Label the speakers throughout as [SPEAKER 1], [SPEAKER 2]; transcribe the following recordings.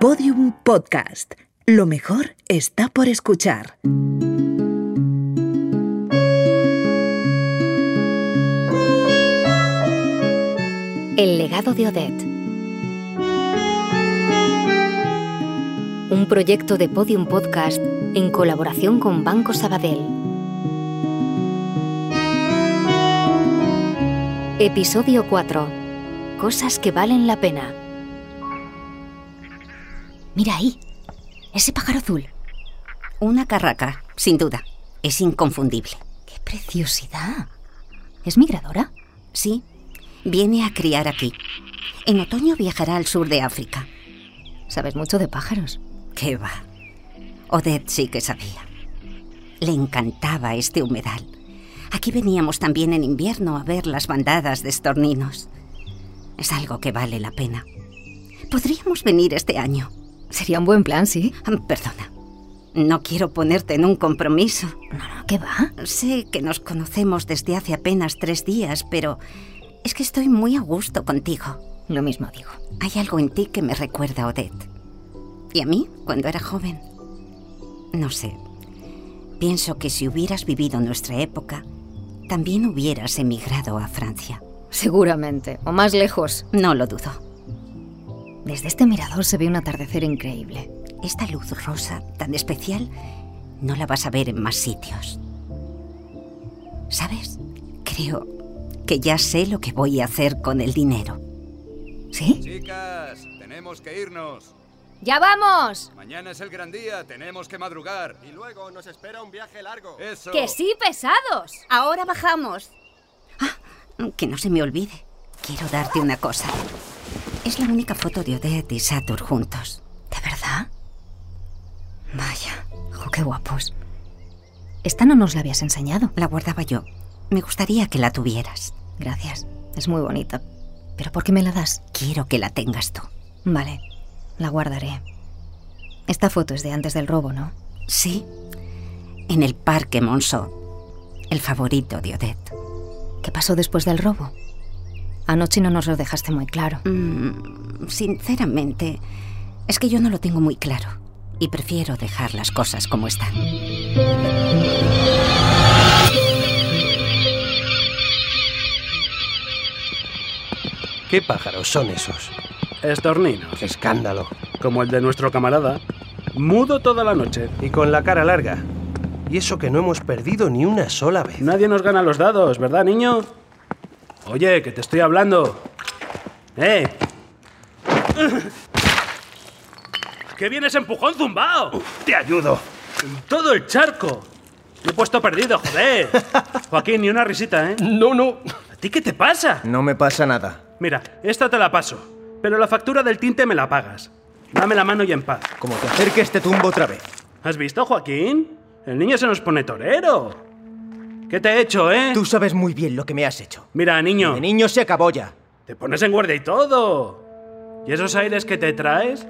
[SPEAKER 1] Podium Podcast. Lo mejor está por escuchar.
[SPEAKER 2] El legado de Odette. Un proyecto de Podium Podcast en colaboración con Banco Sabadell. Episodio 4. Cosas que valen la pena.
[SPEAKER 3] Mira ahí, ese pájaro azul.
[SPEAKER 4] Una carraca, sin duda. Es inconfundible.
[SPEAKER 3] ¡Qué preciosidad! ¿Es migradora?
[SPEAKER 4] Sí, viene a criar aquí. En otoño viajará al sur de África.
[SPEAKER 3] Sabes mucho de pájaros.
[SPEAKER 4] ¿Qué va? Odette sí que sabía. Le encantaba este humedal. Aquí veníamos también en invierno a ver las bandadas de estorninos. Es algo que vale la pena. Podríamos venir este año.
[SPEAKER 3] Sería un buen plan, sí.
[SPEAKER 4] Perdona. No quiero ponerte en un compromiso.
[SPEAKER 3] No, no, ¿qué va?
[SPEAKER 4] Sé que nos conocemos desde hace apenas tres días, pero es que estoy muy a gusto contigo.
[SPEAKER 3] Lo mismo digo.
[SPEAKER 4] Hay algo en ti que me recuerda a Odette. Y a mí, cuando era joven. No sé. Pienso que si hubieras vivido nuestra época, también hubieras emigrado a Francia.
[SPEAKER 3] Seguramente, o más lejos.
[SPEAKER 4] No lo dudo.
[SPEAKER 3] Desde este mirador se ve un atardecer increíble.
[SPEAKER 4] Esta luz rosa tan especial no la vas a ver en más sitios. ¿Sabes? Creo que ya sé lo que voy a hacer con el dinero.
[SPEAKER 3] ¿Sí?
[SPEAKER 5] Chicas, tenemos que irnos.
[SPEAKER 3] ¡Ya vamos!
[SPEAKER 5] Mañana es el gran día, tenemos que madrugar.
[SPEAKER 6] Y luego nos espera un viaje largo.
[SPEAKER 5] Eso.
[SPEAKER 2] ¡Que sí, pesados!
[SPEAKER 4] Ahora bajamos. Ah, que no se me olvide. Quiero darte una cosa. Es la única foto de Odette y Satur juntos.
[SPEAKER 3] ¿De verdad? Vaya, jo, qué guapos. Esta no nos la habías enseñado.
[SPEAKER 4] La guardaba yo. Me gustaría que la tuvieras.
[SPEAKER 3] Gracias, es muy bonita. ¿Pero por qué me la das?
[SPEAKER 4] Quiero que la tengas tú.
[SPEAKER 3] Vale, la guardaré. Esta foto es de antes del robo, ¿no?
[SPEAKER 4] Sí. En el parque Monceau. El favorito de Odette.
[SPEAKER 3] ¿Qué pasó después del robo? Anoche no nos lo dejaste muy claro.
[SPEAKER 4] Mm, sinceramente, es que yo no lo tengo muy claro. Y prefiero dejar las cosas como están.
[SPEAKER 7] ¿Qué pájaros son esos?
[SPEAKER 8] Estorninos,
[SPEAKER 7] ¡Qué escándalo!
[SPEAKER 8] como el de nuestro camarada. Mudo toda la noche.
[SPEAKER 7] Y con la cara larga. Y eso que no hemos perdido ni una sola vez.
[SPEAKER 8] Nadie nos gana los dados, ¿verdad, niño? Oye, que te estoy hablando. ¡Eh! ¡Qué vienes empujón zumbao!
[SPEAKER 7] ¡Te ayudo!
[SPEAKER 8] ¡Todo el charco! Me he puesto perdido, joder. Joaquín, ni una risita, ¿eh?
[SPEAKER 7] No, no.
[SPEAKER 8] ¿A ti qué te pasa?
[SPEAKER 9] No me pasa nada.
[SPEAKER 8] Mira, esta te la paso, pero la factura del tinte me la pagas. Dame la mano y en paz.
[SPEAKER 9] Como te acerques te tumbo otra vez.
[SPEAKER 8] ¿Has visto, Joaquín? El niño se nos pone torero. ¿Qué te he hecho, eh?
[SPEAKER 9] Tú sabes muy bien lo que me has hecho.
[SPEAKER 8] Mira, niño,
[SPEAKER 9] De niño se acabó ya.
[SPEAKER 8] te pones en guardia y todo. ¿Y esos aires que te traes?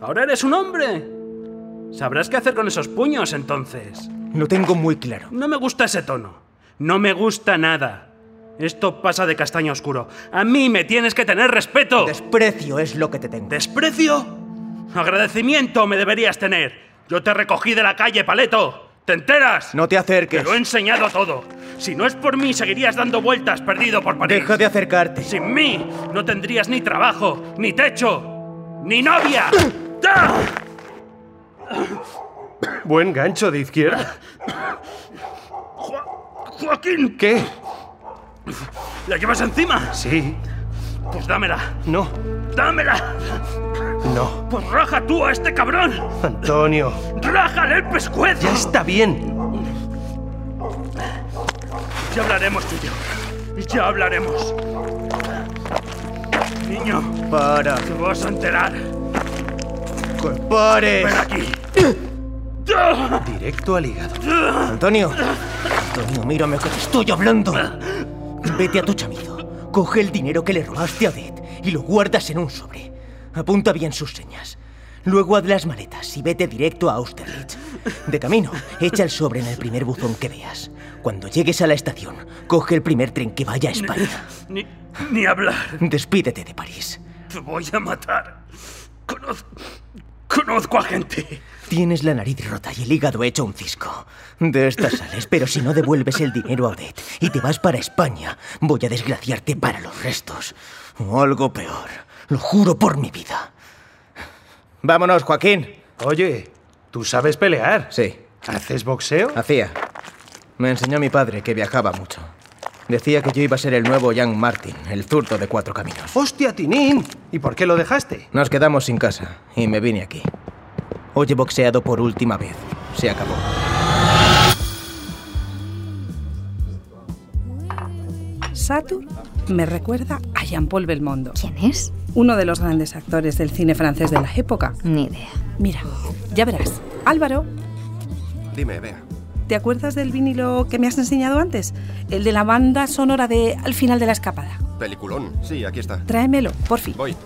[SPEAKER 8] Ahora eres un hombre. Sabrás qué hacer con esos puños, entonces.
[SPEAKER 9] Lo tengo muy claro.
[SPEAKER 8] No me gusta ese tono. No me gusta nada. Esto pasa de castaño oscuro. A mí me tienes que tener respeto.
[SPEAKER 9] Desprecio es lo que te tengo.
[SPEAKER 8] ¿Desprecio? Agradecimiento me deberías tener. Yo te recogí de la calle, Paleto. ¿Te enteras?
[SPEAKER 9] No te
[SPEAKER 8] Te
[SPEAKER 9] acerques.
[SPEAKER 8] lo he enseñado todo. Si no es por mí, seguirías dando vueltas perdido por París.
[SPEAKER 9] Deja de acercarte.
[SPEAKER 8] Sin mí, no tendrías ni trabajo, ni techo, ni novia. ¡Ah!
[SPEAKER 7] Buen gancho de izquierda.
[SPEAKER 8] Jo- ¡Joaquín!
[SPEAKER 7] ¿Qué?
[SPEAKER 8] ¿La llevas encima?
[SPEAKER 7] Sí.
[SPEAKER 8] Pues dámela.
[SPEAKER 7] No.
[SPEAKER 8] ¡Dámela!
[SPEAKER 7] No.
[SPEAKER 8] Pues raja tú a este cabrón.
[SPEAKER 7] Antonio.
[SPEAKER 8] ¡Rájale el pescuezo!
[SPEAKER 7] Ya está bien.
[SPEAKER 8] Ya hablaremos tú y yo. Ya hablaremos. Niño,
[SPEAKER 9] Para. pues,
[SPEAKER 8] te vas a enterar.
[SPEAKER 9] que pares.
[SPEAKER 8] Ven aquí.
[SPEAKER 7] Directo al hígado.
[SPEAKER 9] Antonio. Antonio, mírame que te estoy hablando. Vete a tu chamizo. Coge el dinero que le robaste a Odette y lo guardas en un sobre. Apunta bien sus señas. Luego haz las maletas y vete directo a Austerlitz. De camino, echa el sobre en el primer buzón que veas. Cuando llegues a la estación, coge el primer tren que vaya a España.
[SPEAKER 8] Ni, ni hablar.
[SPEAKER 9] Despídete de París.
[SPEAKER 8] Te voy a matar. Conoz- Conozco a gente.
[SPEAKER 9] Tienes la nariz rota y el hígado hecho un cisco. De estas sales, pero si no devuelves el dinero a Odette y te vas para España, voy a desgraciarte para los restos. O algo peor. Lo juro por mi vida. Vámonos, Joaquín.
[SPEAKER 7] Oye, ¿tú sabes pelear?
[SPEAKER 9] Sí,
[SPEAKER 7] ¿Haces boxeo?
[SPEAKER 9] hacía. Me enseñó mi padre que viajaba mucho. Decía que yo iba a ser el nuevo Young Martin, el zurdo de cuatro caminos.
[SPEAKER 7] ¡Hostia, Tinín! ¿Y por qué lo dejaste?
[SPEAKER 9] Nos quedamos sin casa y me vine aquí. Hoy he boxeado por última vez. Se acabó.
[SPEAKER 10] Satur me recuerda a Jean-Paul Belmondo,
[SPEAKER 3] ¿Quién es?
[SPEAKER 10] uno de los grandes actores del cine francés de la época.
[SPEAKER 3] Ni idea.
[SPEAKER 10] Mira, ya verás. Álvaro,
[SPEAKER 6] Dime, vea.
[SPEAKER 10] ¿te acuerdas del vinilo que me has enseñado antes? El de la banda sonora de Al final de la escapada.
[SPEAKER 6] Peliculón. Sí, aquí está.
[SPEAKER 10] Tráemelo, por fin.
[SPEAKER 6] Voy.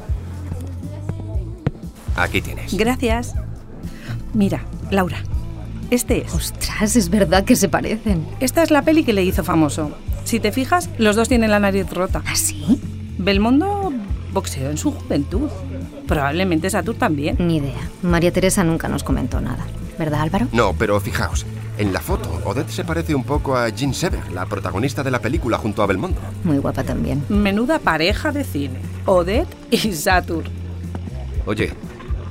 [SPEAKER 6] Aquí tienes.
[SPEAKER 10] Gracias. Mira, Laura, este es.
[SPEAKER 3] Ostras, es verdad que se parecen.
[SPEAKER 10] Esta es la peli que le hizo famoso. Si te fijas, los dos tienen la nariz rota.
[SPEAKER 4] ¿Ah,
[SPEAKER 3] ¿Así?
[SPEAKER 10] Belmondo boxeó en su juventud. Probablemente Satur también.
[SPEAKER 3] Ni idea. María Teresa nunca nos comentó nada. ¿Verdad, Álvaro?
[SPEAKER 6] No, pero fijaos. En la foto, Odette se parece un poco a Jean Sever, la protagonista de la película junto a Belmondo.
[SPEAKER 3] Muy guapa también.
[SPEAKER 10] Menuda pareja de cine. Odette y Satur.
[SPEAKER 5] Oye,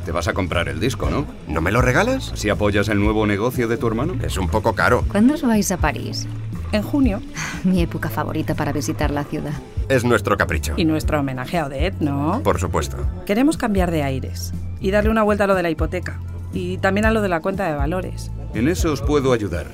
[SPEAKER 5] te vas a comprar el disco, ¿no?
[SPEAKER 6] ¿No me lo regalas?
[SPEAKER 5] Así apoyas el nuevo negocio de tu hermano.
[SPEAKER 6] Es un poco caro.
[SPEAKER 3] ¿Cuándo os vais a París?
[SPEAKER 10] En junio.
[SPEAKER 3] Mi época favorita para visitar la ciudad.
[SPEAKER 6] Es nuestro capricho.
[SPEAKER 10] Y nuestro homenaje a Odette, ¿no?
[SPEAKER 6] Por supuesto.
[SPEAKER 10] Queremos cambiar de aires y darle una vuelta a lo de la hipoteca y también a lo de la cuenta de valores.
[SPEAKER 5] En eso os puedo ayudar.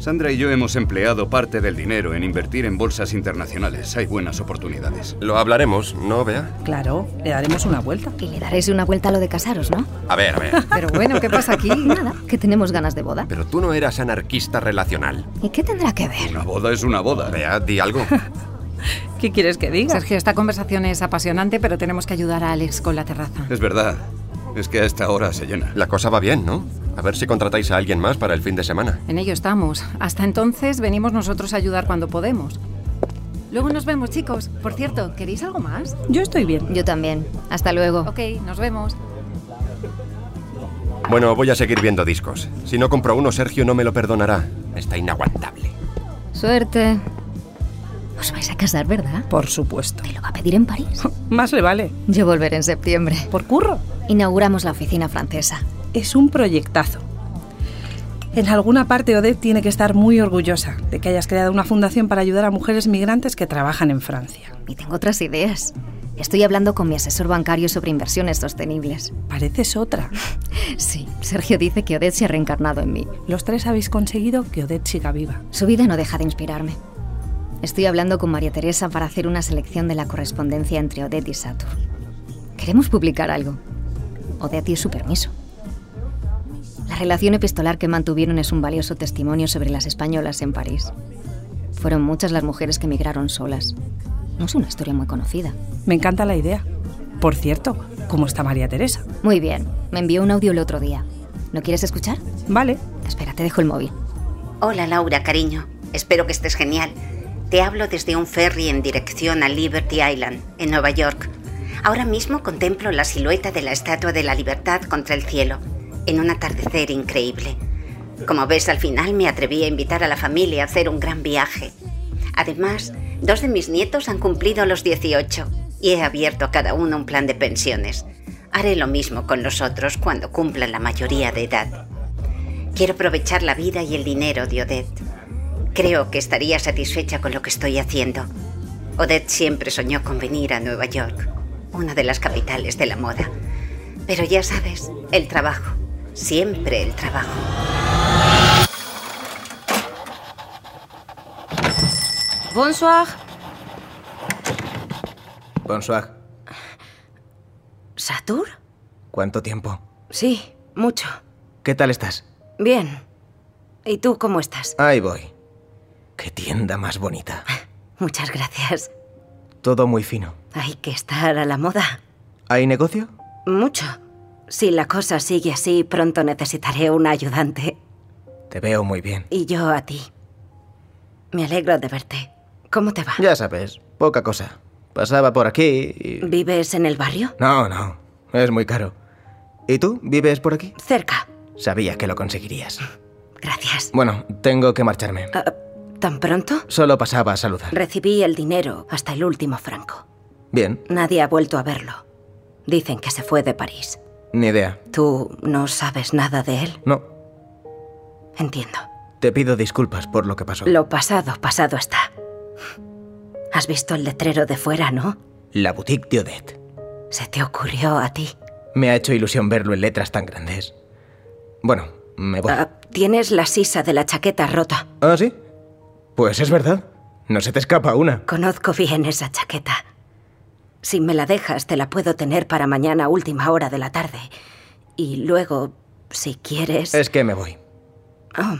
[SPEAKER 5] Sandra y yo hemos empleado parte del dinero en invertir en bolsas internacionales. Hay buenas oportunidades.
[SPEAKER 6] Lo hablaremos, ¿no, Bea?
[SPEAKER 10] Claro, le daremos una vuelta.
[SPEAKER 3] Y le daréis una vuelta a lo de casaros, ¿no?
[SPEAKER 6] A ver, a ver.
[SPEAKER 3] Pero bueno, ¿qué pasa aquí? Nada, que tenemos ganas de boda.
[SPEAKER 6] Pero tú no eras anarquista relacional.
[SPEAKER 3] ¿Y qué tendrá que ver?
[SPEAKER 5] Una boda es una boda.
[SPEAKER 6] Bea, di algo.
[SPEAKER 10] ¿Qué quieres que diga?
[SPEAKER 11] Sergio, esta conversación es apasionante, pero tenemos que ayudar a Alex con la terraza.
[SPEAKER 5] Es verdad. Es que a esta hora se llena.
[SPEAKER 6] La cosa va bien, ¿no? A ver si contratáis a alguien más para el fin de semana.
[SPEAKER 11] En ello estamos. Hasta entonces venimos nosotros a ayudar cuando podemos. Luego nos vemos, chicos. Por cierto, ¿queréis algo más?
[SPEAKER 10] Yo estoy bien.
[SPEAKER 3] Yo también. Hasta luego.
[SPEAKER 11] Ok, nos vemos.
[SPEAKER 6] Bueno, voy a seguir viendo discos. Si no compro uno, Sergio no me lo perdonará. Está inaguantable.
[SPEAKER 3] Suerte. Os vais a casar, ¿verdad?
[SPEAKER 10] Por supuesto.
[SPEAKER 3] Me lo va a pedir en París.
[SPEAKER 10] Más le vale.
[SPEAKER 3] Yo volveré en septiembre.
[SPEAKER 10] Por curro.
[SPEAKER 3] Inauguramos la oficina francesa.
[SPEAKER 10] Es un proyectazo. En alguna parte Odette tiene que estar muy orgullosa de que hayas creado una fundación para ayudar a mujeres migrantes que trabajan en Francia.
[SPEAKER 3] Y tengo otras ideas. Estoy hablando con mi asesor bancario sobre inversiones sostenibles.
[SPEAKER 10] Pareces otra.
[SPEAKER 3] Sí, Sergio dice que Odette se ha reencarnado en mí.
[SPEAKER 10] Los tres habéis conseguido que Odette siga viva.
[SPEAKER 3] Su vida no deja de inspirarme. Estoy hablando con María Teresa para hacer una selección de la correspondencia entre Odette y Satur. Queremos publicar algo. Odette dio su permiso. La relación epistolar que mantuvieron es un valioso testimonio sobre las españolas en París. Fueron muchas las mujeres que emigraron solas. No es una historia muy conocida.
[SPEAKER 10] Me encanta la idea. Por cierto, ¿cómo está María Teresa?
[SPEAKER 3] Muy bien, me envió un audio el otro día. ¿Lo quieres escuchar?
[SPEAKER 10] Vale,
[SPEAKER 3] Espera, te dejo el móvil.
[SPEAKER 4] Hola Laura, cariño. Espero que estés genial. Te hablo desde un ferry en dirección a Liberty Island, en Nueva York. Ahora mismo contemplo la silueta de la Estatua de la Libertad contra el cielo, en un atardecer increíble. Como ves, al final me atreví a invitar a la familia a hacer un gran viaje. Además, dos de mis nietos han cumplido los 18 y he abierto a cada uno un plan de pensiones. Haré lo mismo con los otros cuando cumplan la mayoría de edad. Quiero aprovechar la vida y el dinero de Odette. Creo que estaría satisfecha con lo que estoy haciendo. Odette siempre soñó con venir a Nueva York, una de las capitales de la moda. Pero ya sabes, el trabajo, siempre el trabajo.
[SPEAKER 11] Bonsoir.
[SPEAKER 9] Bonsoir.
[SPEAKER 11] ¿Satur?
[SPEAKER 9] ¿Cuánto tiempo?
[SPEAKER 11] Sí, mucho.
[SPEAKER 9] ¿Qué tal estás?
[SPEAKER 11] Bien. ¿Y tú cómo estás?
[SPEAKER 9] Ahí voy. Qué tienda más bonita.
[SPEAKER 11] Muchas gracias.
[SPEAKER 9] Todo muy fino.
[SPEAKER 11] Hay que estar a la moda.
[SPEAKER 9] ¿Hay negocio?
[SPEAKER 11] Mucho. Si la cosa sigue así, pronto necesitaré un ayudante.
[SPEAKER 9] Te veo muy bien.
[SPEAKER 11] Y yo a ti. Me alegro de verte. ¿Cómo te va?
[SPEAKER 9] Ya sabes, poca cosa. Pasaba por aquí y...
[SPEAKER 11] ¿Vives en el barrio?
[SPEAKER 9] No, no. Es muy caro. ¿Y tú? ¿Vives por aquí?
[SPEAKER 4] Cerca.
[SPEAKER 9] Sabía que lo conseguirías.
[SPEAKER 4] Gracias. Ah,
[SPEAKER 9] Bueno, tengo que marcharme.
[SPEAKER 4] ¿Tan pronto?
[SPEAKER 9] Solo pasaba a saludar.
[SPEAKER 4] Recibí el dinero hasta el último franco.
[SPEAKER 9] Bien,
[SPEAKER 4] Nadie ha vuelto a verlo. Dicen que se fue de París.
[SPEAKER 9] ni idea.
[SPEAKER 4] ¿Tú no sabes nada de él?
[SPEAKER 9] No.
[SPEAKER 4] Entiendo.
[SPEAKER 9] Te pido disculpas por lo que pasó.
[SPEAKER 4] Lo pasado, pasado está. Has visto el letrero de fuera, ¿no?
[SPEAKER 9] La boutique de Odette.
[SPEAKER 4] Se te ocurrió a ti.
[SPEAKER 9] Me ha hecho ilusión verlo en letras tan grandes. Bueno, me voy.
[SPEAKER 4] Ah, tienes la sisa de la chaqueta rota.
[SPEAKER 9] ¿Ah, sí? Pues es verdad. No se te escapa una.
[SPEAKER 4] Conozco bien esa chaqueta. Si me la dejas, te la puedo tener para mañana a última hora de la tarde. Y luego, si quieres...
[SPEAKER 9] Es que me voy.
[SPEAKER 4] Oh,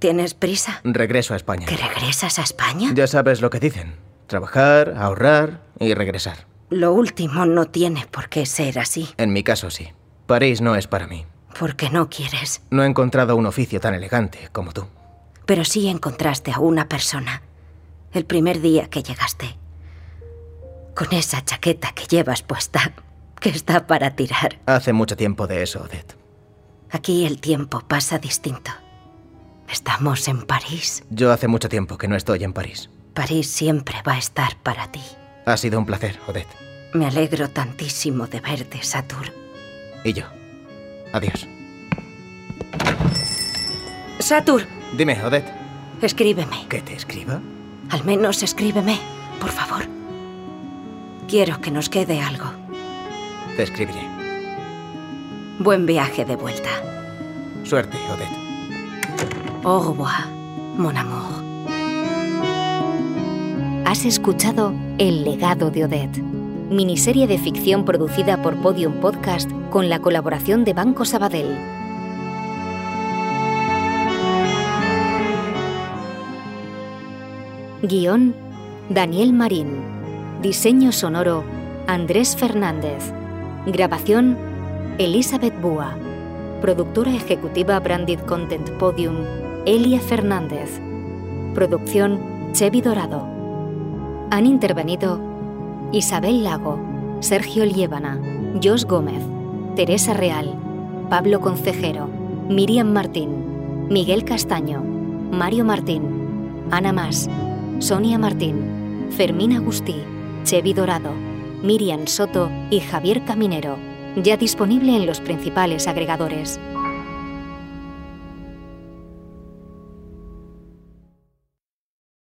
[SPEAKER 4] ¿Tienes prisa?
[SPEAKER 9] Regreso a España.
[SPEAKER 4] ¿Que regresas a España?
[SPEAKER 9] Ya sabes lo que dicen. Trabajar, ahorrar y regresar.
[SPEAKER 4] Lo último no tiene por qué ser así,
[SPEAKER 9] En mi caso sí. París no es para mí.
[SPEAKER 4] porque no quieres.
[SPEAKER 9] No he encontrado un oficio tan elegante como tú.
[SPEAKER 4] Pero sí encontraste a una persona el primer día que llegaste. Con esa chaqueta que llevas puesta, que está para tirar.
[SPEAKER 9] Hace mucho tiempo de eso, Odette.
[SPEAKER 4] Aquí el tiempo pasa distinto. Estamos en París.
[SPEAKER 9] Yo hace mucho tiempo que no estoy en París.
[SPEAKER 4] París siempre va a estar para ti.
[SPEAKER 9] Ha sido un placer, Odette.
[SPEAKER 4] Me alegro tantísimo de verte, Satur.
[SPEAKER 9] Y yo. Adiós.
[SPEAKER 4] Satur,
[SPEAKER 9] Dime, Odette.
[SPEAKER 4] escríbeme.
[SPEAKER 9] ¿Que te escriba?
[SPEAKER 4] Al menos escríbeme, por favor. Quiero que nos quede algo.
[SPEAKER 9] Te escribiré.
[SPEAKER 4] Buen viaje de vuelta.
[SPEAKER 9] Suerte, Odette.
[SPEAKER 4] Au revoir, mon amour.
[SPEAKER 2] Has escuchado El legado de Odette, miniserie de ficción producida por Podium Podcast con la colaboración de Banco Sabadell. Guión, Daniel Marín. Diseño sonoro, Andrés Fernández. Grabación, Elizabeth Búa. Productora ejecutiva Branded Content Podium, Elia Fernández. Producción, Chevy Dorado. Han intervenido Isabel Lago, Sergio Liébana, Jos Gómez, Teresa Real, Pablo Concejero, Miriam Martín, Miguel Castaño, Mario Martín, Ana Más, Sonia Martín, Fermín Agustí, Chevi Dorado, Miriam Soto y Javier Caminero. Ya disponible en los principales agregadores.